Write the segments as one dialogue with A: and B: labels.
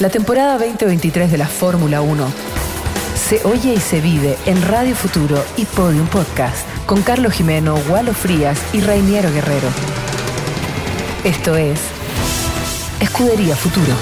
A: La temporada 2023 de la Fórmula 1 se oye y se vive en Radio Futuro y Podium Podcast con Carlos Jimeno, Gualo Frías y Rainiero Guerrero. Esto es Escudería Futuro.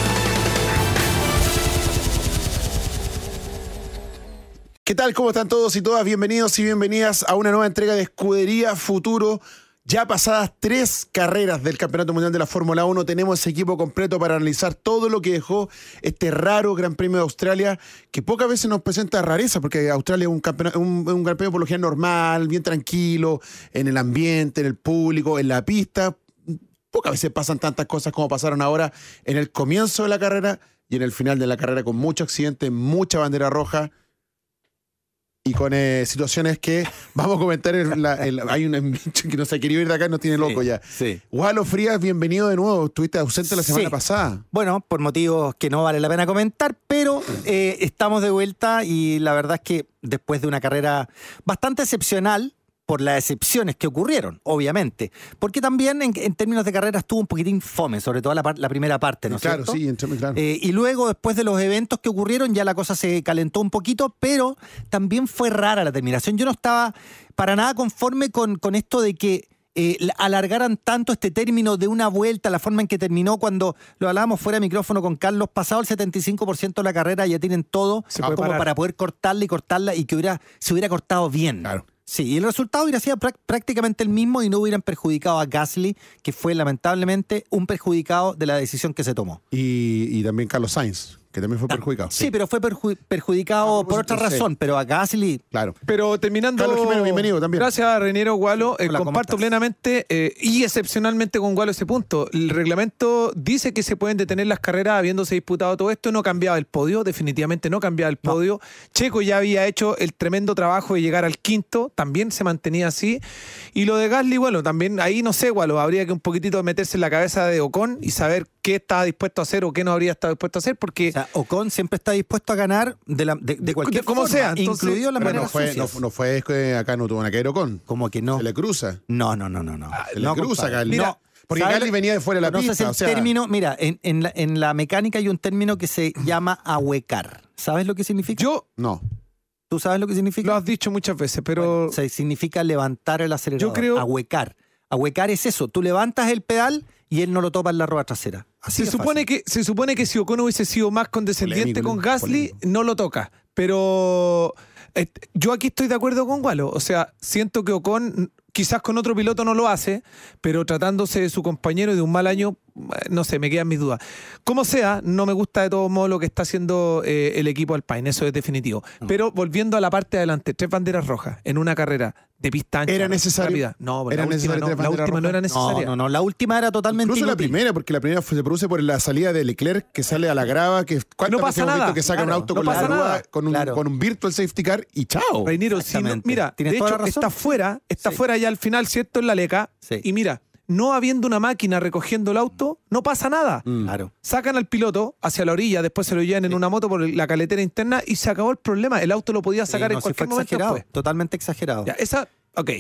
B: ¿Qué tal? ¿Cómo están todos y todas? Bienvenidos y bienvenidas a una nueva entrega de Escudería Futuro. Ya pasadas tres carreras del Campeonato Mundial de la Fórmula 1, tenemos ese equipo completo para analizar todo lo que dejó este raro Gran Premio de Australia, que pocas veces nos presenta rareza, porque Australia es un, campeona- un, un Gran Premio por lo general normal, bien tranquilo, en el ambiente, en el público, en la pista. Pocas veces pasan tantas cosas como pasaron ahora en el comienzo de la carrera y en el final de la carrera, con mucho accidente, mucha bandera roja y con eh, situaciones que vamos a comentar. en la- en la- hay un bicho que nos ha querido ir de acá y nos tiene loco ya.
C: Sí.
B: Gualo Frías, bienvenido de nuevo. Estuviste ausente la semana
C: Sí.
B: pasada.
C: Bueno, por motivos que no vale la pena comentar, pero eh, estamos de vuelta y la verdad es que después de una carrera bastante excepcional, por las excepciones que ocurrieron, obviamente, porque también en, en términos de carrera estuvo un poquitín fome, sobre todo la, par- la primera parte, ¿no es
B: claro,
C: cierto?
B: sí, entró- claro.
C: Eh, y luego, después de los eventos que ocurrieron, ya la cosa se calentó un poquito, pero también fue rara la terminación. Yo no estaba para nada conforme con, con esto de que eh, la- alargaran tanto este término de una vuelta, la forma en que terminó cuando lo hablábamos fuera de micrófono con Carlos, pasado el 75% de la carrera, ya tienen todo
D: Se
C: como
D: puede parar.
C: para poder cortarla y cortarla y que hubiera, se hubiera cortado bien.
B: Claro.
C: Sí, y el resultado hubiera sido prac- prácticamente el mismo y no hubieran perjudicado a Gasly, que fue lamentablemente un perjudicado de la decisión que se tomó.
B: y, y también Carlos Sainz, que también fue perjudicado.
C: Ah, Sí, pero fue perju- perjudicado
B: Ah, A
C: por otra
B: propósito, sí.
C: razón, pero a Gasly
B: Claro.
D: Pero terminando.
B: Carlos Jimeno, bienvenido también.
D: Gracias, Reniero Gualo. Eh,
C: Hola, ¿cómo
D: comparto
C: estás?
D: plenamente eh, y excepcionalmente con Gualo ese punto. El reglamento dice que se pueden detener las carreras habiéndose disputado todo esto. No cambiaba el podio, definitivamente no cambiaba el
C: No.
D: podio. Checo ya había hecho el tremendo trabajo de llegar al quinto, también se mantenía así. Y lo de Gasly, bueno, también ahí no sé, Gualo, habría que un poquitito meterse en la cabeza de Ocon y saber qué estaba dispuesto a hacer o qué no habría estado dispuesto a hacer, porque.
C: o sea, Ocon siempre está dispuesto a ganar de, la- de- de
D: De-
C: cualquier
D: de como
C: forma,
D: sea, entonces-
C: incluido las
B: Pero
C: maneras
B: no fue, no,
C: sucias.
B: no fue eh, acá, no tuvo una que con.
C: Como que no.
B: Se le cruza.
C: No, no, no, no, no.
B: Se le
C: No,
B: Ah, cruza,
C: compadre.
B: Carly.
C: No.
B: Mira, porque
C: ¿Sabes
B: Carly
C: lo-
B: venía de fuera de la
C: ¿Conoces
B: pista.
C: el
B: o sea,
C: término? Mira, en, en la, en la mecánica hay un término que se llama ahuecar. ¿Sabes lo que significa?
D: Yo
B: No.
C: ¿Tú sabes lo que significa?
D: Lo has dicho muchas veces, pero
C: Bueno, se significa levantar el acelerador.
D: Yo creo-
C: Ahuecar. Ahuecar es eso. Tú levantas el pedal y él no lo topa en la rueda trasera. Así
D: se
C: de
D: supone
C: fácil.
D: que se supone que si Ocon hubiese sido más condescendiente
B: Polémico,
D: con Gasly,
B: polémico.
D: no lo toca. Pero eh, yo aquí estoy de acuerdo con Gualo. O sea, siento que Ocon quizás con otro piloto no lo hace, pero tratándose de su compañero y de un mal año, eh, no sé, me quedan mis dudas. Como sea, no me gusta de todos modos lo que está haciendo eh, el equipo Alpine, eso es definitivo. Pero volviendo a la parte de adelante, tres banderas rojas en una carrera de pista ancha,
B: ¿Era necesario?
D: rápida. No,
B: ¿Era
D: la última,
B: necesario
D: no,
B: tres
D: la
B: banderas
D: última no
B: rojas?
D: era necesaria.
C: No, no, no. La última era totalmente
B: Incluso la
C: inútil.
B: primera, porque la primera fue- se produce por la salida del Leclerc que sale a la grava, que cuántas
D: No
B: veces
D: pasa
B: hemos visto
D: nada,
B: que saca un
D: claro,
B: auto
D: no
B: con la
D: pasa
B: grúa,
D: nada,
B: con, un,
C: claro.
B: con un virtual safety car y chao.
D: Reinero, si
C: Oh,
D: no-
C: Exactamente.
D: mira, de
C: Tienes toda la
D: hecho,
C: razón.
D: está fuera, está
C: Sí.
D: fuera ya al final, ¿cierto? En la leca.
C: Sí.
D: Y mira, no habiendo una máquina recogiendo el auto, no pasa nada.
B: Mm.
C: Claro.
D: Sacan al piloto hacia la orilla, después se lo llevan en una moto por la caletera interna y se acabó el problema. El auto lo podía sacar
C: Sí, no, sí
D: en
C: fue
D: cualquier momento.
C: exagerado,
D: después.
C: totalmente exagerado.
D: Ya, esa, ok.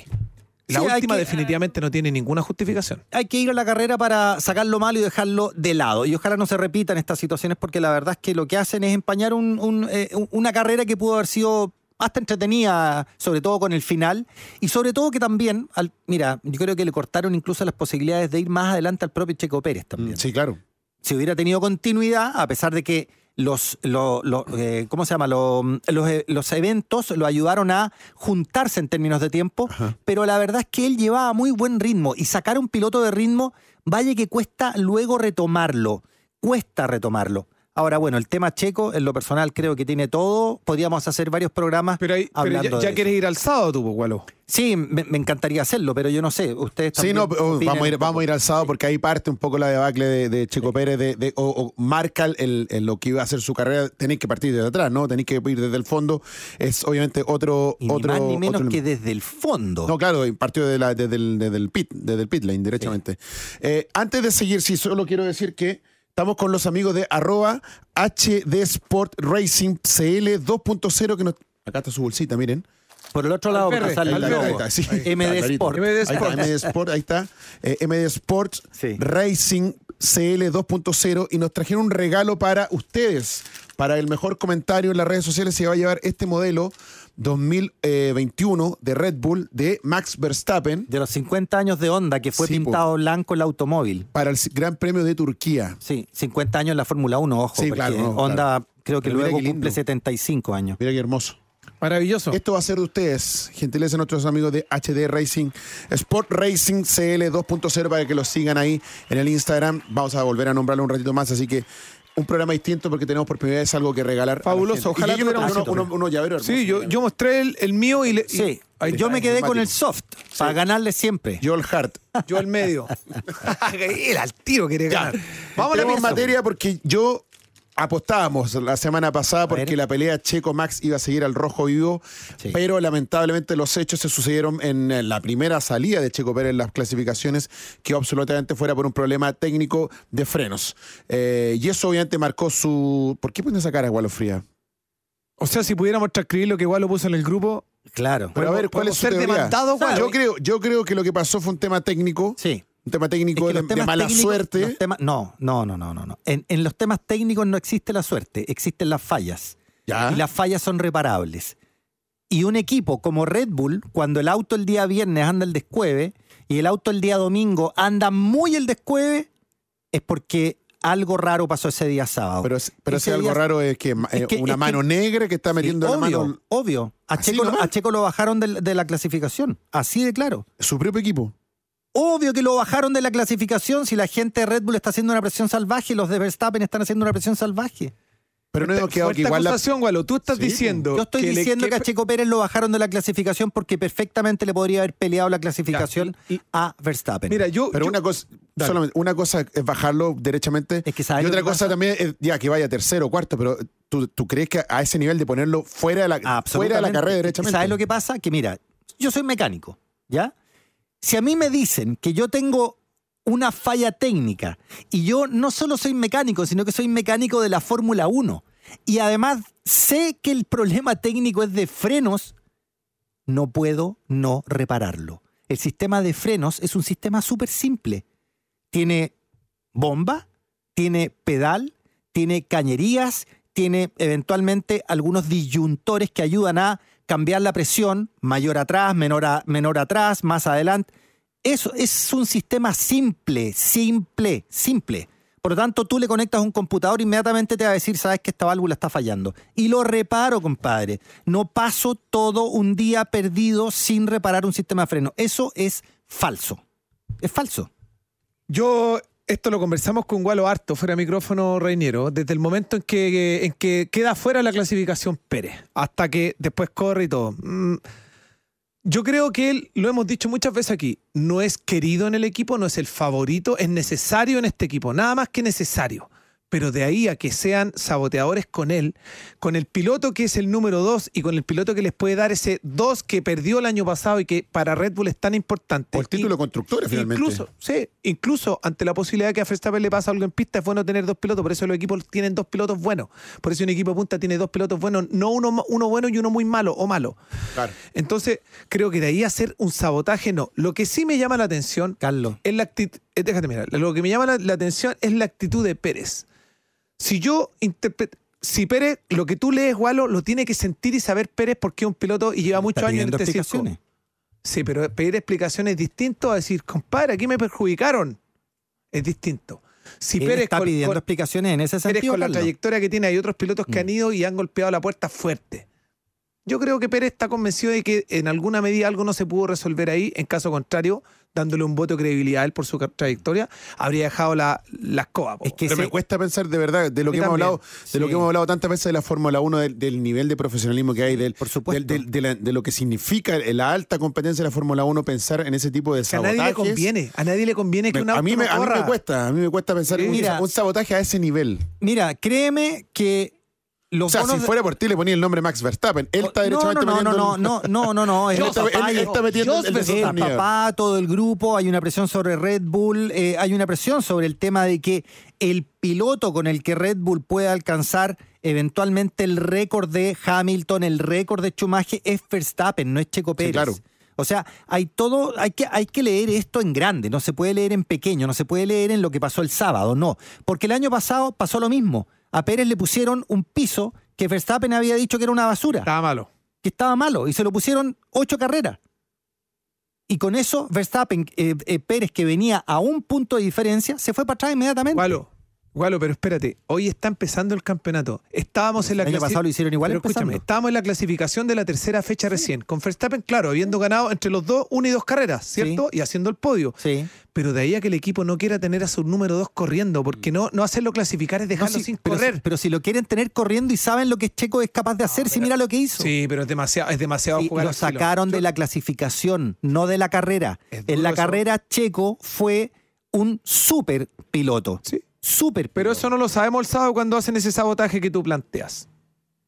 D: La
C: Sí, hay
D: última
C: que-
D: definitivamente no tiene ninguna justificación.
C: Hay que ir a la carrera para sacar lo malo y dejarlo de lado. Y ojalá no se repitan estas situaciones porque la verdad es que lo que hacen es empañar un- un, eh, un- una carrera que pudo haber sido hasta entretenida, sobre todo con el final. Y sobre todo que también, al- mira, yo creo que le cortaron incluso las posibilidades de ir más adelante al propio Checo Pérez también.
B: Mm, Sí, claro.
C: si hubiera tenido continuidad, a pesar de que los, lo- lo- eh, ¿cómo se llama? Lo- los, eh, los eventos lo ayudaron a juntarse en términos de tiempo,
B: Ajá.
C: pero la verdad es que él llevaba muy buen ritmo y sacar un piloto de ritmo, vaya que cuesta luego retomarlo, cuesta retomarlo. Ahora, bueno, el tema checo, en lo personal creo que tiene todo, podríamos hacer varios programas.
D: Pero, ahí, pero
C: Hablando
D: ya,
C: de
D: ya
C: eso.
D: quieres ir al sábado tú, pues, Gualo.
C: Sí, me, me encantaría hacerlo, pero yo no sé, ustedes
B: Sí,
C: también.
B: no, pero, oh,
C: opinen
B: vamos a, ir,
C: un poco.
B: vamos a ir al sábado porque ahí parte un poco la debacle de, de Checo Pérez, de, de- o, o marca el, el- lo que iba a ser su carrera. Tenéis que partir desde atrás, ¿no? Tenéis que ir desde el fondo. Es obviamente otro.
C: Y ni
B: otro,
C: más ni menos
B: otro-
C: que desde el fondo.
B: No, claro, partió de la- desde, el, desde el pit, desde el pit lane, derechamente. Eh, antes de seguir, sí, solo quiero decir que estamos con los amigos de arroba HD Sport Racing CL 2.0, que nos... Acá está su bolsita, miren.
C: Por el otro lado,
D: Alperre,
C: porque sale el
D: Alperre,
C: logo.
D: ahí
B: está, sí.
C: MD
B: Está clarito.
C: Sport.
D: MD
B: Ahí está,
D: Sport.
B: MD Sport, ahí está. Eh, MD Sport
C: Sí.
B: Racing CL 2.0 y nos trajeron un regalo para ustedes. Para el mejor comentario en las redes sociales se va a llevar este modelo 2021 de Red Bull de Max Verstappen
C: De los 50 años de Honda, que fue
B: Sí, pues. po.
C: pintado blanco el automóvil.
B: para el Gran Premio de Turquía.
C: Sí, 50 años en la Fórmula 1, ojo.
B: Sí,
C: porque
B: claro, no,
C: Honda creo que
B: Pero mira
C: luego
B: qué lindo.
C: cumple 75 años.
B: Mira qué hermoso.
D: Maravilloso.
B: Esto va a ser de ustedes, gentileza de nuestros amigos de HD Racing, Sport Racing CL 2.0 para que los sigan ahí en el Instagram. Vamos a volver a nombrarlo un ratito más, así que un programa distinto porque tenemos por primera vez algo que regalar. a la
D: Fabuloso,
B: gente. Y
D: ojalá
B: yo creo que
D: tuviéramos
B: uno- uno- uno- unos llaveros
D: Sí,
B: hermosos,
D: yo, yo mostré el, el mío y le. y-
C: Sí,
D: ahí
C: yo
D: está.
C: me quedé con el
B: emblemático.
C: soft, para ganarle siempre.
B: Joel Hart.
D: Yo al medio. Él al tiro quiere ganar.
B: Vamos a la
D: Tenemos
B: misma materia porque yo apostábamos la semana pasada porque
C: ver.
B: la pelea Checo-Max iba a seguir al rojo vivo,
C: Sí.
B: pero lamentablemente los hechos se sucedieron en eh, la primera salida de Checo Pérez en las clasificaciones, que absolutamente fuera por un problema técnico de frenos. Eh, y eso obviamente marcó su... ¿Por qué pone esa cara, Gualo Fría?
D: O sea, si pudiéramos transcribir lo que igual lo puso en el grupo.
C: Claro.
B: Pero a ver, ¿cuál es
D: podemos
B: su
D: ser
B: teoría?
D: demandado, Gualo.
B: Yo creo, yo creo que lo que pasó fue un tema técnico,
C: Sí.
B: un tema
C: Es que
B: técnico
C: los
B: de, de
C: temas
B: mala
C: técnicos-
B: suerte.
C: los temas- no, no, no, no, no. no. En, en los temas técnicos no existe la suerte, existen las fallas.
B: Ya.
C: Y las fallas son reparables. Y un equipo como Red Bull, cuando el auto el día viernes anda el descueve y el auto el día domingo anda muy el descueve, es porque algo raro pasó ese día sábado.
B: Pero, es- pero
C: Ese
B: si algo
C: día-
B: raro es que, ma-
C: es
B: eh,
C: que-
B: una
C: es que-
B: mano negra que está
C: Sí,
B: metiendo la
C: obvio,
B: mano
C: obvio. A
B: Así
C: Checo, lo-
B: nomás.
C: a Checo lo bajaron del- de, la clasificación. Así de claro.
B: su propio equipo.
C: Obvio que lo bajaron de la clasificación si la gente de Red Bull está haciendo una presión salvaje y los de Verstappen están haciendo una presión salvaje.
B: Pero no hemos
D: Fuerte
B: quedado que igual la,
D: acusación, Gualo. Tú estás
B: Sí,
D: diciendo.
C: Yo estoy
D: que le-
C: diciendo
D: que-
C: que a Checo Pérez lo bajaron de la clasificación porque perfectamente le podría haber peleado la clasificación
D: Ya, y-
C: a Verstappen.
D: Mira, yo.
B: Pero
D: yo-
B: una cosa,
D: Dale.
B: solamente, una cosa es bajarlo derechamente.
C: Es que
B: y
C: ¿sabes lo
B: otra
C: que
B: cosa
C: pasa?
B: también es ya que vaya tercero o cuarto, pero ¿tú, tú crees que a ese nivel de ponerlo fuera de la, fuera de la
C: Absolutamente.
B: carrera derechamente.
C: ¿Sabes lo que pasa? Que mira, yo soy mecánico, ¿ya? Si a mí me dicen que yo tengo una falla técnica y yo no solo soy mecánico, sino que soy mecánico de la Fórmula 1 y además sé que el problema técnico es de frenos, no puedo no repararlo. El sistema de frenos es un sistema súper simple. Tiene bomba, tiene pedal, tiene cañerías, tiene eventualmente algunos disyuntores que ayudan a cambiar la presión, mayor atrás, menor, a- menor atrás, más adelante. Eso es un sistema simple, simple, simple. Por lo tanto, tú le conectas un computador inmediatamente te va a decir, sabes que esta válvula está fallando. Y lo reparo, compadre. No paso todo un día perdido sin reparar un sistema de freno. Eso es falso. Es falso.
D: Yo, esto lo conversamos con Gualo Harto, fuera de micrófono, Reiniero, desde el momento en que, en que queda fuera la clasificación Pérez, hasta que después corre y todo. Mm, Yo creo que él, lo hemos dicho muchas veces aquí, no es querido en el equipo, no es el favorito, es necesario en este equipo, nada más que necesario. Pero de ahí a que sean saboteadores con él, con el piloto que es el número 2 y con el piloto que les puede dar ese 2 que perdió el año pasado y que para Red Bull es tan importante.
B: O el
D: Y-
B: título de constructores finalmente.
D: Incluso, sí, incluso ante la posibilidad que a Verstappen le pasa algo en pista, es bueno tener dos pilotos. Por eso los equipos tienen dos pilotos buenos. Por eso un equipo de punta tiene dos pilotos buenos, no uno, ma- uno bueno y uno muy malo o malo.
B: Claro.
D: Entonces, creo que de ahí hacer un sabotaje no. Lo que sí me llama la atención
C: Carlos.
D: es la actitud. Déjate mirar. Lo que me llama la, la atención es la actitud de Pérez. Si yo interpreto. Si Pérez, lo que tú lees, Gualo, lo tiene que sentir y saber Pérez porque es un piloto y lleva muchos
C: Está
D: años en
C: pidiendo
D: este circo.
C: explicaciones.
D: Sí, pero pedir explicaciones es distinto a decir, compadre, aquí me perjudicaron. Es distinto. Si
C: Él
D: Pérez
C: está
D: con,
C: pidiendo
D: con-
C: explicaciones en ese
D: Pérez
C: sentido.
D: con la
C: Carlos.
D: trayectoria que tiene, hay otros pilotos que
C: Mm.
D: han ido y han golpeado la puerta fuerte. Yo creo que Pérez está convencido de que en alguna medida algo no se pudo resolver ahí. En caso contrario, dándole un voto de credibilidad a él por su ca- trayectoria, habría dejado la, la escoba. po.
C: Es que
B: Pero
C: se-
B: me cuesta pensar de verdad de lo
D: A mí
B: que hemos
D: también,
B: hablado, de lo
C: sí.
B: que hemos hablado tantas veces de la Fórmula 1, del, del nivel de profesionalismo que hay, del,
C: Por supuesto.
B: del- del- de, la- de lo que significa la alta competencia de la Fórmula 1 pensar en ese tipo de
D: Que a nadie le
B: sabotajes.
D: conviene. A nadie le conviene que
B: Me-
D: un
B: a,
D: auto
B: mí me,
D: no
B: a mí me
D: corra.
B: cuesta, a mí me cuesta pensar
D: Sí.
B: un-
C: Mira.
B: un sabotaje a ese nivel.
C: Mira, créeme que los
B: O sea,
C: bonos
B: si
C: de-
B: fuera por ti le ponía el nombre Max Verstappen.
D: Oh,
B: Él está
C: No,
B: derechamente
C: no, no,
B: metiendo
C: no,
B: el-
C: no, no, no, no, es
B: Él
C: el
B: está-
C: papá,
B: él
C: y-
B: está metiendo
D: Dios
B: el
C: el
B: dedo en la unidad.
C: papá, todo el grupo, hay una presión sobre Red Bull, eh, hay una presión sobre el tema de que el piloto con el que Red Bull puede alcanzar eventualmente el récord de Hamilton, el récord de Schumacher, es Verstappen, no es Checo Pérez.
B: claro.
C: O sea, hay todo, hay que, hay que leer esto en grande, no se puede leer en pequeño, no se puede leer en lo que pasó el sábado, no. Porque el año pasado pasó lo mismo. A Pérez le pusieron un piso que Verstappen había dicho que era una basura,
D: Estaba malo.
C: que estaba malo, y se lo pusieron ocho carreras. Y con eso, Verstappen, eh, eh, Pérez, que venía a un punto de diferencia, se fue para atrás inmediatamente.
D: Gualo, Gualo, pero espérate, hoy está empezando el campeonato. Estábamos en la
C: el año
D: clasi-
C: pasado lo hicieron igual
D: Pero escúchame,
C: empezando.
D: estábamos en la clasificación de la tercera fecha recién, con Verstappen, claro, habiendo ganado entre los dos una y dos carreras, ¿cierto? Y haciendo el podio.
C: Sí.
D: Pero de ahí a que el equipo no quiera tener a su número dos corriendo, porque no, no hacerlo clasificar es
C: Mm. No,
D: dejarlo
C: sí,
D: sin
C: pero, si-
D: correr.
C: pero si lo quieren tener corriendo y saben lo que Checo es capaz de hacer, si mira lo que hizo.
D: Sí, pero es demasiado, es demasiado
C: Sí,
D: jugar
C: lo
D: al filo.
C: sacaron
D: Yo-
C: de la clasificación, no de la carrera.
D: Es
C: En
D: duro
C: la
D: eso.
C: carrera, Checo fue un super piloto.
D: Sí.
C: Super
D: Pero
C: piloto.
D: eso no lo sabemos el sábado cuando hacen ese sabotaje que tú planteas.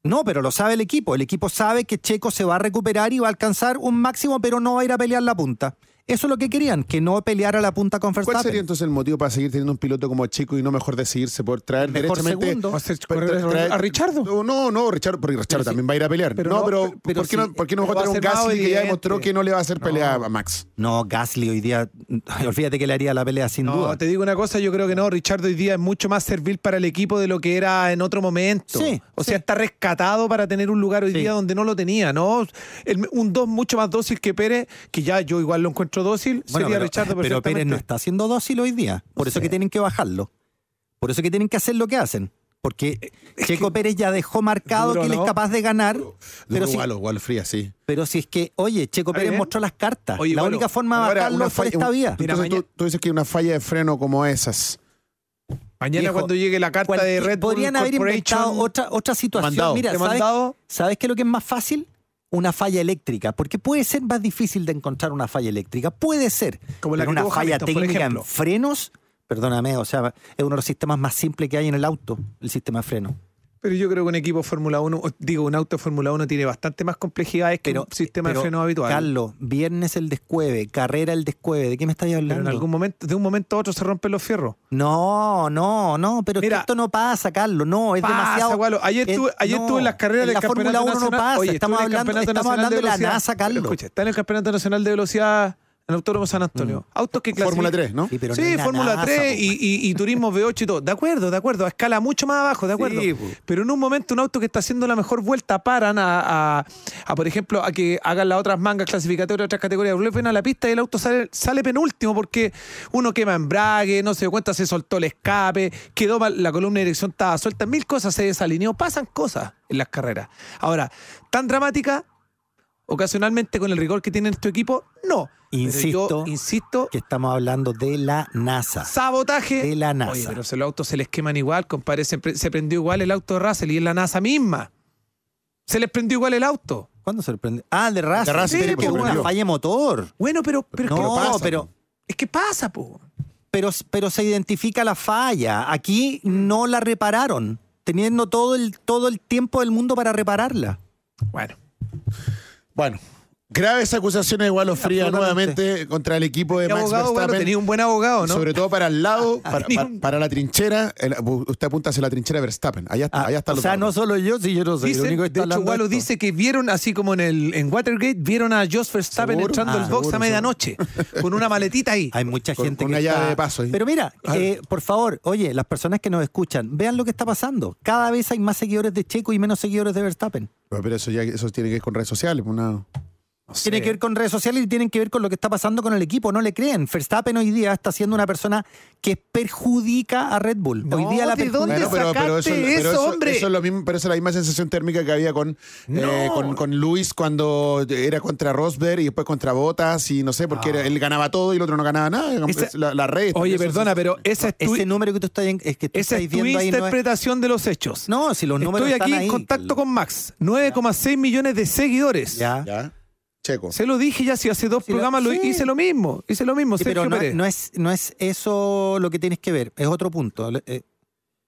C: No, pero lo sabe el equipo. El equipo sabe que Checo se va a recuperar y va a alcanzar un máximo, pero no va a ir a pelear la punta. Eso es lo que querían, que no peleara la punta con
B: ¿Cuál sería
C: Verstappen.
B: entonces el motivo para seguir teniendo un piloto como Chico y no mejor decidirse por traer
C: Mejor
B: directamente
C: segundo.
D: O sea,
B: Pero
D: correr
B: trae-
D: a Richardo.
B: No, no, no, Richard, porque Richard
D: sí-
B: también va a ir a pelear.
D: pero
B: no,
D: no,
B: pero,
D: pero
B: ¿por qué
D: sí,
B: no, por qué no
D: pero
B: mejor
D: va a
B: traer un
D: ser más
B: Gasly que ya
D: evidente.
B: demostró que no le va a hacer
D: No.
B: pelea a Max?
C: No, Gasly hoy día, olvídate que le haría la pelea sin
D: No,
C: duda.
D: te digo una cosa, yo creo que no, Richardo hoy día es mucho más servil para el equipo de lo que era en otro momento.
C: Sí,
D: o
C: sí.
D: sea, está rescatado para tener un lugar hoy
C: Sí.
D: día donde no lo tenía, ¿no? El- un 2 mucho más dócil que Pérez, que ya yo igual lo encuentro dócil,
C: Bueno,
D: sería
C: pero,
D: Richardo
C: pero Pérez no
D: perfectamente.
C: está siendo dócil hoy día. Por eso que tienen que bajarlo. Por eso que tienen que hacer lo que hacen. Porque Checo Pérez ya dejó marcado
D: Duro,
C: que él
D: ¿no?
C: es capaz de ganar. Pero
B: Pero
C: si,
B: Gualo, Gualo Fría, sí.
C: pero si es que, oye, Checo
D: ¿Está
C: Pérez
D: bien?
C: mostró las cartas.
D: Oye,
C: la
D: bueno,
C: única forma de
B: Ahora,
C: bajarlo
B: una
C: es por
B: falla-
C: esta
B: un-
C: vía.
D: Mira,
B: Entonces tú,
D: mañana-
B: tú dices que una falla de freno como esas.
D: Mañana
C: viejo,
D: cuando llegue la carta de
C: Cualquier-
D: Red Bull
C: podrían haber inventado
D: Corporation,
C: otra, otra situación.
B: Mandado.
C: Mira,
D: te he
C: ¿sabes,
D: mandado,
C: ¿sabes qué es lo que es más fácil? Una falla eléctrica. Porque puede ser más difícil de encontrar una falla eléctrica. Puede ser.
D: como la
C: Pero
D: que
C: una
D: tuvo
C: falla
D: Hamilton, por
C: técnica en
D: ejemplo.
C: frenos, perdóname, o sea, es uno de los sistemas más simples que hay en el auto, el sistema de freno.
D: Pero yo creo que un equipo Fórmula 1, o digo, un auto Fórmula 1 tiene bastante más complejidades que
C: Pero,
D: un sistema
C: pero,
D: de freno habitual.
C: Carlos, viernes el descueve, carrera el descueve, ¿de qué me estás
D: pero
C: hablando?
D: en algún momento, de un momento a otro se rompen los fierros.
C: No, no, no, pero es que
D: Mira.
C: esto no pasa, Carlos, no, es
D: Pasa,
C: demasiado...
D: Gualo. Ayer,
C: es-
D: tuve, ayer
C: no,
D: estuve en las carreras
C: en
D: del
C: la Fórmula
D: Campeonato
C: uno no
D: Nacional.
C: pasa,
D: Oye, estuve
C: estamos
D: en el
C: hablando-
D: Campeonato
C: estamos
D: Nacional
C: hablando de la
D: velocidad.
C: NASA, Carlos.
D: Pero escucha, está en el Campeonato Nacional de Velocidad en Autódromo San Antonio.
C: Mm.
D: Autos que clasifican.
B: Fórmula 3, ¿no?
C: Sí, pero no
D: sí,
C: es la
D: Fórmula
C: NASA,
D: 3
C: po.
D: y, y- y turismo V8 y todo. De acuerdo, de acuerdo. A escala mucho más abajo, de acuerdo.
B: Sí, po.
D: Pero en un momento un auto que está haciendo la mejor vuelta paran a, a- a, por ejemplo, a que hagan las otras mangas clasificatorias, otras categorías, vuelven a la pista y el auto sale, sale penúltimo porque uno quema embrague, no se dio cuenta, se soltó el escape, quedó mal, la columna de dirección estaba suelta, mil cosas se desalineó, pasan cosas en las carreras. Ahora, tan dramática, ocasionalmente con el rigor que tiene este equipo, no. Pero yo
C: Insisto.
D: insisto,
C: Que estamos hablando de la NASA.
D: sabotaje
C: De la NASA.
D: Oye, pero si los autos se les queman igual, compadre. Se, pre- se prendió igual el auto de Russell y es la NASA misma. Se les prendió igual el auto.
C: ¿Cuándo sorprendió? Ah, el de Russell.
B: Russell,
C: Sí,
D: sí,
C: pero
D: pues,
C: hubo una
B: sorprendió.
C: falla de motor.
D: Bueno, pero, pero, es, que,
C: no,
B: pasa,
C: pero...
D: es que pasa, po.
C: pero, pero se identifica la falla. Aquí no la repararon, teniendo todo el, todo el tiempo del mundo para repararla.
D: Bueno,
B: Bueno, graves acusaciones de Gualo Fría
C: Absolutamente.
B: nuevamente contra el equipo de
D: el
B: Eh, Max
D: abogado, bueno,
B: Verstappen.
D: tenía un buen abogado, ¿no?
B: Sobre todo para el lado, para,
D: Tenía
B: para-
D: un-
B: para la trinchera. el- usted apunta hacia la trinchera de Verstappen. Allá está,
C: Ah,
B: allá está
C: o
B: lo
C: sea, no solo yo, si yo no soy
D: Dicen-
C: el único que está
D: de hecho,
C: hablando de
D: Gualo
C: esto.
D: dice que vieron, así como en el en Watergate, vieron a Jos Verstappen
B: ¿Seguro?
D: entrando
C: Ah,
D: al box
B: seguro,
D: a medianoche con una maletita ahí.
C: Hay mucha
B: Con-
C: gente
B: con
C: que
B: una
C: está-
B: llave de paso ahí.
C: Pero mira,
D: Ah.
C: eh, por favor, oye, las personas que nos escuchan, vean lo que está pasando. Cada vez hay más seguidores de Checo y menos seguidores de Verstappen.
B: Pero eso, ya, eso tiene que ver con redes sociales. pues, no.
D: No sé.
C: Tiene que ver con redes sociales y tienen que ver con lo que está pasando con el equipo. No le creen. Verstappen hoy día está siendo una persona que perjudica a Red Bull.
D: No,
C: hoy día la
D: ¿de
C: perjudica.
D: dónde
B: Bueno, pero, pero eso,
D: sacaste
B: pero
D: eso,
B: eso-
D: hombre?
B: eso es lo mismo, pero eso es la misma sensación térmica que había con, eh, con, con Luis cuando era contra Rosberg y después contra Botas y no sé, porque era- él ganaba todo y el otro no ganaba nada.
D: Ah. Esa-
B: Es la, la red.
D: Oye,
B: Eso-
D: perdona, pero esa es tu,
C: Ese número que tú estás, en- es que tú
D: esa
C: estás
D: es tu
C: viendo ahí no es-
D: interpretación de los hechos.
C: No, si los números
D: Estoy
C: están
D: aquí
C: ahí,
D: en contacto
C: Carlos.
D: con Max. 9,6 millones de seguidores.
C: Ya.
B: Ya, checo.
D: Se lo dije ya si hace dos
C: Sí, lo-
D: programas lo,
C: sí.
D: hice lo mismo. Hice lo mismo.
C: Sí,
D: Sergio
C: pero no,
D: Pérez.
C: no es, no es eso lo que tienes que ver, es otro punto. Le- eh,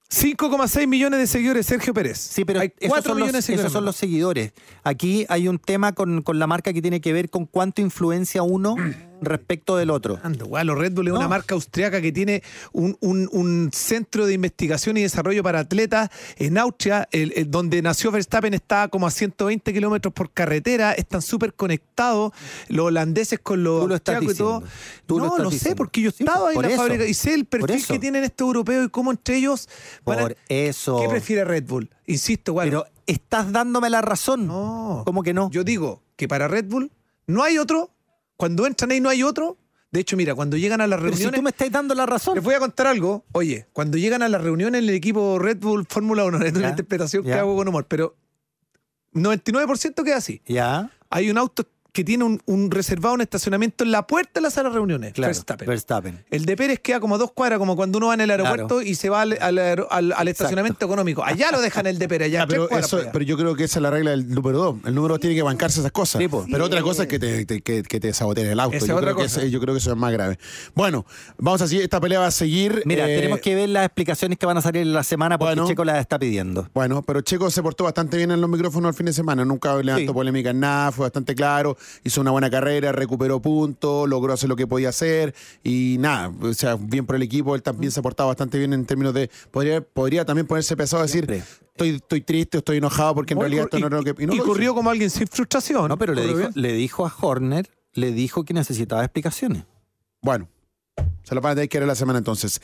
D: 5,6 millones de seguidores, Sergio Pérez.
C: sí, pero
D: Hay
C: esos, son
D: 4
C: los,
D: millones de seguidores.
C: esos son
D: más.
C: los seguidores. Aquí hay un tema con, con la marca que tiene que ver con cuánto influencia uno respecto del otro.
D: Ando, guau, los Red Bull es
C: No.
D: una marca austriaca que tiene un, un- un centro de investigación y desarrollo para atletas en Austria, el- el donde nació Verstappen está como a 120 kilómetros por carretera, están súper conectados los holandeses con los
C: Tú lo estás
D: austriacos y todo.
C: diciendo. Tú lo
D: no,
C: estás
D: lo sé,
C: diciendo.
D: porque yo
C: Sí,
D: estaba
C: pues,
D: ahí en
C: por
D: la
C: eso.
D: fábrica y sé el
C: Por
D: perfil
C: eso.
D: que tienen estos europeos y cómo entre ellos van a-
C: Por eso.
D: ¿Qué prefiere Red Bull? Insisto, guau.
C: Pero estás dándome la razón.
D: No.
C: ¿Cómo que no?
D: Yo digo que para Red Bull no hay otro. Cuando entran ahí no hay otro. De hecho, mira, cuando llegan a las
C: Pero si
D: reuniones.
C: tú me estás dando la razón.
D: Les voy a contar algo. Oye, cuando llegan a las reuniones el equipo Red Bull Fórmula 1, es una
C: Ya,
D: interpretación que
C: ya.
D: hago con humor, pero 99% queda así.
C: Ya,
D: Hay un auto que tiene un, un reservado, un estacionamiento en la puerta de la sala de reuniones.
C: claro.
D: Verstappen.
C: Verstappen.
D: El de Pérez queda como a dos cuadras, como cuando uno va en el aeropuerto y se va al, al aer- al- al estacionamiento económico. Allá lo dejan el de Pérez, allá
B: Ah,
D: tres
B: pero,
D: cuadras
B: eso-
D: para allá.
B: pero yo creo que esa es la regla del número dos. El número dos tiene que bancarse esas cosas.
C: Sí, pues.
B: Pero otra cosa es que te, te- que, que te saboteen el auto.
D: Esa
B: yo,
D: es
B: creo
D: otra
B: que
D: cosa.
B: ese- yo creo que eso es más grave. Bueno, vamos a seguir. Esta pelea va a seguir.
C: Mira,
B: eh,
C: tenemos que ver las explicaciones que van a salir en la semana porque
B: bueno.
C: Checo las está pidiendo.
B: Bueno, pero Checo se portó bastante bien en los micrófonos al fin de semana. Nunca levantó
C: Sí.
B: polémica en nada, fue bastante claro. Hizo una buena carrera, recuperó puntos, logró hacer lo que podía hacer. Y nada, o sea, bien por el equipo. Él
D: Mm.
B: también se ha portado bastante bien en términos de. Podría, podría también ponerse pesado a decir:
C: Siempre.
B: estoy, estoy triste, estoy enojado porque en
D: Muy
B: realidad
D: cor-
B: esto no era lo que.
D: y,
B: no
D: y
B: lo hizo.
D: corrió como alguien sin frustración.
C: No, pero le
D: Corrió
C: dijo,
D: bien.
C: le dijo a Horner, le dijo que necesitaba explicaciones.
B: Bueno, se lo van a tener que ir a la semana entonces.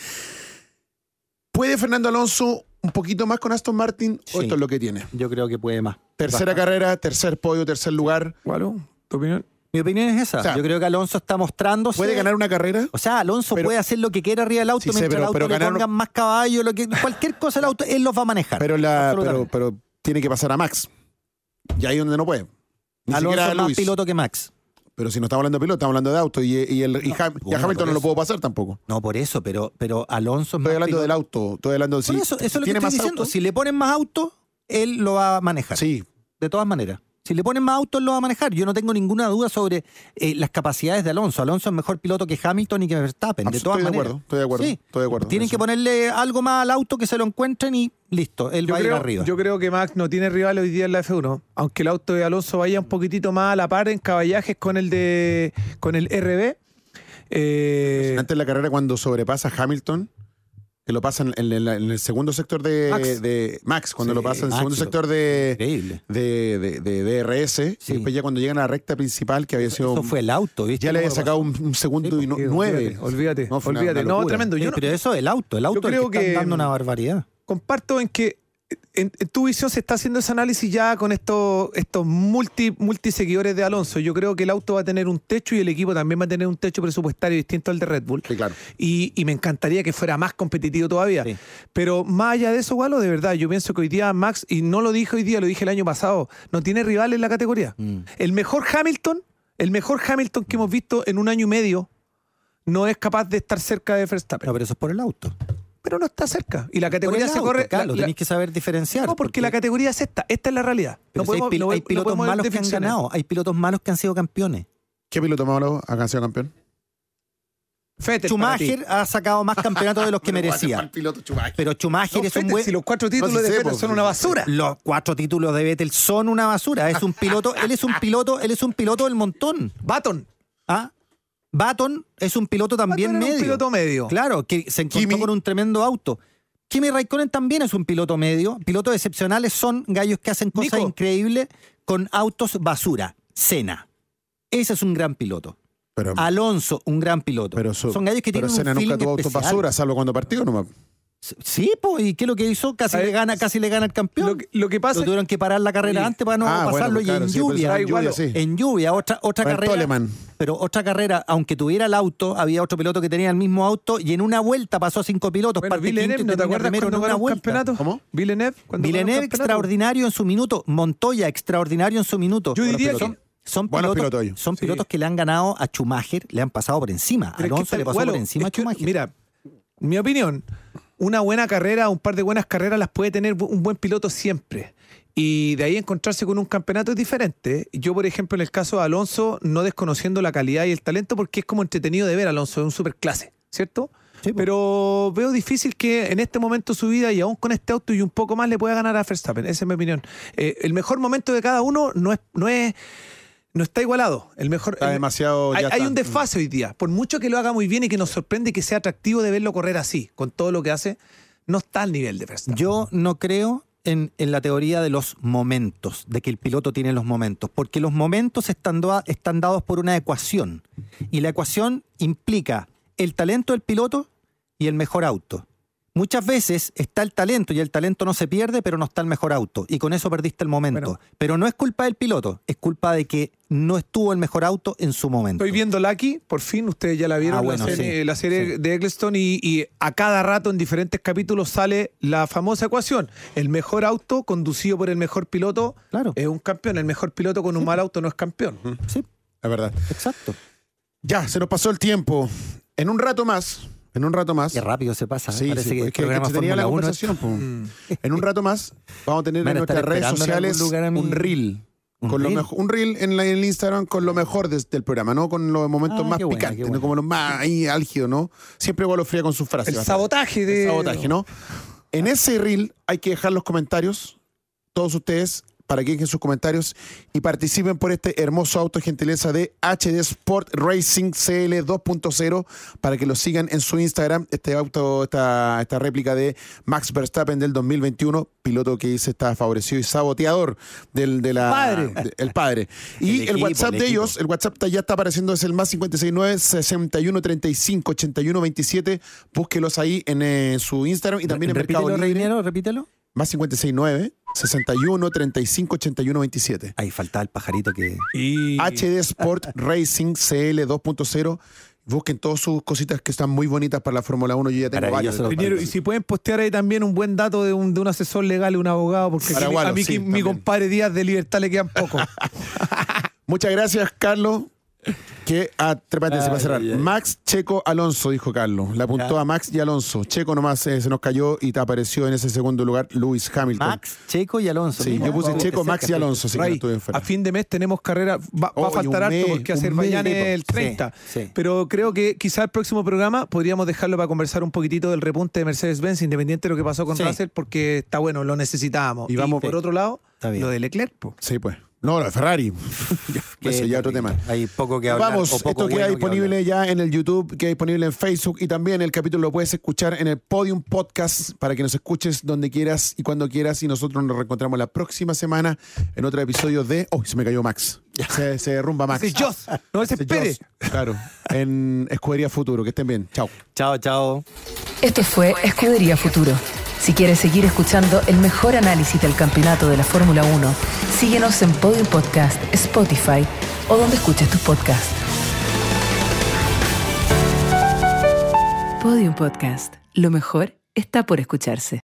B: ¿Puede Fernando Alonso un poquito más con Aston Martin? ¿O
C: Sí.
B: esto es lo que tiene?
C: Yo creo que puede más.
B: Tercera carrera, tercer podio, tercer lugar.
D: Gualo, ¿Tu opinión?
C: Mi opinión es esa.
B: O sea,
C: Yo creo que Alonso está mostrándose.
B: ¿Puede ganar una carrera?
C: O sea, Alonso
B: Pero-
C: puede hacer lo que quiera arriba del auto
B: Sí, sé,
C: mientras
B: pero-
C: el auto
B: pero
C: le
B: ganar-
C: pongan más caballo, lo que, cualquier cosa el auto, él los va a manejar.
B: Pero, la, pero,
C: absolutamente.
B: pero tiene que pasar a Max. Y ahí es donde no puede. Ni
C: Alonso
B: siquiera a
C: es más
B: Luis.
C: piloto que Max.
B: Pero si no estamos hablando de piloto, estamos hablando de auto. Y, y el, y Ham- y a
C: bueno,
B: Hamilton
C: por
B: no lo
C: eso.
B: puedo pasar tampoco.
C: No, por eso, pero, pero Alonso es más
B: Estoy hablando
C: piloto.
B: del auto. Estoy hablando de si
C: Por eso, eso es lo que
B: tiene
C: estoy
B: más
C: diciendo.
B: auto.
C: Si le ponen más auto, él lo va a manejar.
B: Sí,
C: De todas maneras. Si le ponen más auto, él lo va a manejar. Yo no tengo ninguna duda sobre eh, las capacidades de Alonso. Alonso es mejor piloto que Hamilton y que Verstappen. De
B: Abs- estoy
C: todas
B: de
C: maneras.
B: acuerdo, estoy de acuerdo,
C: Sí.
B: estoy de acuerdo en
C: Tienen
B: eso.
C: que ponerle algo más al auto que se lo encuentren y listo. Él
D: Yo
C: va a ir
D: creo,
C: arriba.
D: yo creo que Max no tiene rival hoy día en la F1, aunque el auto de Alonso vaya un poquitito más a la par en caballajes con el de con el RB. Eh,
B: antes de la carrera cuando sobrepasa a Hamilton, que lo pasa en, en- en la- en el segundo sector de
D: Max.
B: Max, de Max cuando
D: Sí,
B: lo pasa en el
C: Max
B: segundo
C: lo-
B: sector de,
C: Increíble.
B: de, de- de DRS,
C: Sí.
B: y después ya cuando llegan a la recta principal, que había sido...
C: Eso fue el auto, ¿viste?
B: ya le
C: cómo
B: había
C: lo
B: sacado un, un segundo y no- nueve.
D: olvídate, olvídate.
B: No, fue una-
D: olvídate.
B: una
D: No,
B: locura.
D: tremendo.
C: pasó?
D: Yo
C: Eh,
D: no-
C: pero eso, el auto, el auto es el
D: creo
C: que están
D: que- mm.
C: dando una barbaridad.
D: comparto en que en, en tu visión se está haciendo ese análisis ya con estos estos multi, multi seguidores de Alonso. Yo creo que el auto va a tener un techo y el equipo también va a tener un techo presupuestario distinto al de Red Bull.
B: Sí, claro.
D: y, y me encantaría que fuera más competitivo todavía.
C: Sí.
D: Pero más allá de eso, Gualo, de verdad, yo pienso que hoy día Max, y no lo dije hoy día, lo dije el año pasado, no tiene rival en la categoría.
C: Mm.
D: El mejor Hamilton, el mejor Hamilton que hemos visto en un año y medio, no es capaz de estar cerca de Verstappen.
C: No, pero eso es por el auto.
D: Pero no está cerca. Y la
C: Por el
D: categoría se
C: auto,
D: corre.
C: Carlos,
D: la- la-
C: tenéis que saber diferenciar.
D: no, porque la categoría es esta. Esta es la realidad.
C: pero
D: no
C: si hay
D: podemos-
C: pil-
D: no-
C: hay,
D: no
C: pilotos
D: podemos
C: malos que han
D: defeccionar.
C: ganado, hay pilotos malos que han sido campeones.
B: ¿Qué piloto malo ha ganado campeón?
D: Fettel, para ti.
C: Schumacher ha sacado más campeonatos de los que merecía.
B: piloto Schumacher.
C: Pero Schumacher
D: No,
C: es un
D: Fettel,
C: buen.
D: si los cuatro títulos
B: sí
D: de
B: sé,
D: Fettel
B: po.
D: son una basura.
C: Los cuatro títulos de Vettel son una basura. Es un piloto, él es un piloto, él es un piloto del montón.
D: Baton.
C: ¿Ah? Baton es un piloto también
D: Button era
C: medio.
D: un piloto medio.
C: Claro, que se encontró
B: Kimi.
C: con un tremendo auto. Kimi Raikkonen también es un piloto medio. Pilotos excepcionales son gallos que hacen cosas
D: Nico.
C: increíbles con autos basura. Cena. Ese es un gran piloto.
B: Pero,
C: Alonso, un gran piloto.
B: pero su-
C: Ah, son gallos que
B: pero
C: tienen
B: Senna
C: un
B: nunca
C: feeling
B: tuvo autos
C: especial.
B: basura, salvo cuando partió nomás.
C: Sí, pues, ¿y qué es lo que hizo? Casi
D: A ver,
C: le gana, casi le gana el campeón.
D: Lo que, lo que pasa
C: Lo tuvieron que parar la carrera
D: Oye.
C: antes para no
B: Ah, bueno,
C: pasarlo
B: pues claro,
C: y en
B: sí, pues,
C: lluvia.
B: en lluvia,
C: Igual,
B: sí.
C: en lluvia, otra, otra
B: Rafael
C: carrera.
B: Toleman.
C: Pero otra carrera, aunque tuviera el auto, había otro piloto que tenía el mismo auto y en una vuelta pasó a cinco pilotos.
D: Bueno,
C: parte quinto
D: Villeneuve,
C: y
D: ¿no te
C: termina
D: acuerdas
C: primero en
D: cuando
C: una
D: ganó un
C: vuelta.
D: campeonato?
B: ¿Cómo?
D: Villeneuve, cuando ganó un
C: Villeneuve
D: campeonato.
C: extraordinario en su minuto. Montoya extraordinario en su minuto.
D: Yo diría
C: son,
D: que-
C: son
B: Buenos
C: pilotos,
B: pilotos ellos.
C: son
D: Sí.
C: pilotos que le han ganado a Schumacher, le han pasado por encima.
D: Pero es que
C: Alonso
D: tal
C: le pasó
D: cual,
C: por encima
D: es
C: a
D: que,
C: Schumacher.
D: Mira, mi opinión, una buena carrera, un par de buenas carreras las puede tener bu- un buen piloto siempre. Y de ahí encontrarse con un campeonato es diferente. Yo, por ejemplo, en el caso de Alonso, no desconociendo la calidad y el talento, porque es como entretenido de ver, Alonso, es un superclase, ¿cierto?
C: Sí, pues. po.
D: Pero veo difícil que en este momento su vida y aún con este auto y un poco más le pueda ganar a Verstappen. Esa es mi opinión. Eh, el mejor momento de cada uno no es, no es no está igualado. El mejor.
B: Está
D: el-
B: demasiado.
D: hay,
B: ya
D: hay
B: está.
D: un desfase hoy día. Por mucho que lo haga muy bien y que nos sorprende y que sea atractivo de verlo correr así, con todo lo que hace, no está al nivel de Verstappen.
C: Yo no creo en, en la teoría de los momentos, de que el piloto tiene los momentos, porque los momentos están, doa- están dados por una ecuación. Y la ecuación implica el talento del piloto y el mejor auto. Muchas veces está el talento y el talento no se pierde, pero no está el mejor auto. Y con eso perdiste el momento.
D: Bueno.
C: Pero no es culpa del piloto, es culpa de que no estuvo el mejor auto en su momento.
D: Estoy viendo Lucky, por fin, ustedes ya la vieron,
C: Ah, bueno,
D: la serie,
C: sí,
D: la serie
C: sí.
D: de Eccleston, y, y a cada rato en diferentes capítulos sale la famosa ecuación. El mejor auto conducido por el mejor piloto
C: Claro. Mm.
D: es un campeón, el mejor piloto con un mal auto no es campeón.
C: Sí,
B: Es verdad.
C: exacto.
B: Ya, se nos pasó el tiempo. En un rato más. En un rato más.
C: Qué rápido se pasa. ¿eh?
B: Sí,
C: Parece
B: sí,
C: que el
B: es que,
C: programa
B: que tenía la
C: Fórmula 1
B: conversación. po. En un rato más vamos a tener
C: Van
B: en
C: a estar
B: nuestras redes
C: esperando en algún
B: sociales
C: lugar a mí.
B: un reel.
C: ¿Un
B: con
C: reel?
B: Lo mejo- un reel en, la- en el Instagram con lo mejor des- del programa, no con los momentos
C: Ah,
B: más
C: qué buena,
B: picantes,
C: qué
B: no
C: buena.
B: como los más ahí álgidos, ¿no? Siempre lo Fría con sus frases.
D: El
B: ¿verdad?
D: sabotaje de...
B: El sabotaje, ¿no? En ese reel hay que dejar los comentarios, todos ustedes, para que dejen sus comentarios y participen por este hermoso auto gentileza de HD Sport Racing CL 2.0 para que lo sigan en su Instagram. Este auto, esta, esta réplica de Max Verstappen del 2021, piloto que dice está favorecido y saboteador del de la
D: Padre.
B: de- el padre. Y
C: El
B: el,
C: equipo,
B: WhatsApp
C: el
B: de
C: equipo.
B: ellos, el WhatsApp ya está apareciendo, es el más 569 61 35 81 27. Búsquelos ahí en eh, su Instagram y también en
C: repítelo,
B: Mercado Libre.
C: Reinero, repítelo.
B: Más 569 61 35 81 27.
C: Ahí faltaba el pajarito que.
D: Y...
B: HD Sport Racing CL 2.0. Busquen todas sus cositas que están muy bonitas para la Fórmula 1. Yo ya tengo varias.
C: Maravilloso.
D: Piñero, y si pueden postear ahí también un buen dato de un, de un asesor legal, un abogado, porque aquí-
B: Paragualo,
D: a mí
B: sí,
D: que- mi
B: también.
D: compadre Díaz de Libertad le quedan poco.
B: Muchas gracias, Carlos. Que ah, trépate, se va a
C: Ay,
B: cerrar.
C: ay, ay.
B: Max Checo Alonso, dijo Carlos. La apuntó
C: Ya.
B: a Max y Alonso. Checo nomás eh, se nos cayó y te apareció en ese segundo lugar Lewis Hamilton.
C: Max, Checo y Alonso.
B: Sí,
C: Mira,
B: yo puse
C: wow,
B: Checo,
C: te
B: Max y
C: acercas.
B: Alonso, así que no
D: Ray,
B: estuve enfermo.
D: a fin de mes tenemos carrera, va, va
B: Oh,
D: a
B: y
D: faltar
B: un
D: harto
B: mes,
D: porque
B: un mes
D: Azerbaiyán
B: de
D: es
B: tiempo.
D: el 30.
C: Sí, sí.
D: Pero creo que quizá el próximo programa podríamos dejarlo para conversar un poquitito del repunte de Mercedes-Benz, independiente de lo que pasó con
C: Sí.
D: Russell, porque está bueno, lo necesitábamos.
B: Y
D: Y
B: vamos-
D: vamos por otro lado,
C: Está bien.
D: lo de Leclerc. po.
B: Sí, pues. No, lo de Ferrari.
C: Qué
B: Eso ya otro
C: terrible.
B: tema.
C: Hay poco que hablar.
B: Vamos,
C: o poco
B: esto queda
C: bueno que
B: disponible ya en el YouTube, queda disponible en Facebook y también el capítulo lo puedes escuchar en el Podium Podcast para que nos escuches donde quieras y cuando quieras. Y nosotros nos reencontramos la próxima semana en otro episodio de. ¡Oh! Se me cayó Max. Se, se derrumba Max.
D: Ese es Joss, no
B: Ese es
D: desesperes.
B: Joss. Claro. En Escudería Futuro. Que estén bien. Chao.
C: hablar. Chao, chao.
A: Esto fue Escudería Futuro. Si quieres seguir escuchando el mejor análisis del campeonato de la Fórmula 1, síguenos en Podium Podcast, Spotify o donde escuches tus podcasts. Podium Podcast. Lo mejor está por escucharse.